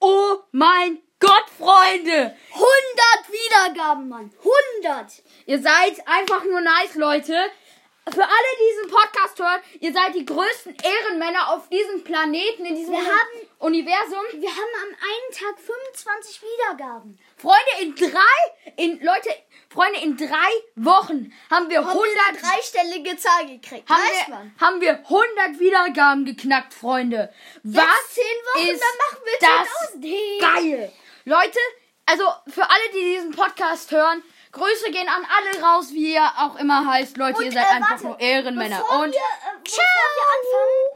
Oh Mein Gott, Freunde! 100 Wiedergaben, Mann. 100. Ihr seid einfach nur nice, Leute. Für alle, die diesen Podcast hören, ihr seid die größten Ehrenmänner auf diesem Planeten, in diesem Wir haben- Universum. Wir haben am einen Tag 25 Wiedergaben. Freunde, in drei, in, Leute, Freunde, in drei Wochen haben wir 100, Haben wir eine dreistellige Zahl gekriegt. haben Weiß wir, man. haben wir 100 Wiedergaben geknackt, Freunde. Was Jetzt 10 Wochen, ist dann machen wir das 10.000. Hey. geil. Leute, also für alle, die diesen Podcast hören, Grüße gehen an alle raus, wie ihr auch immer heißt. Leute, ihr Und, seid äh, einfach warte, nur Ehrenmänner. Bevor Und wir, äh, bevor wir anfangen,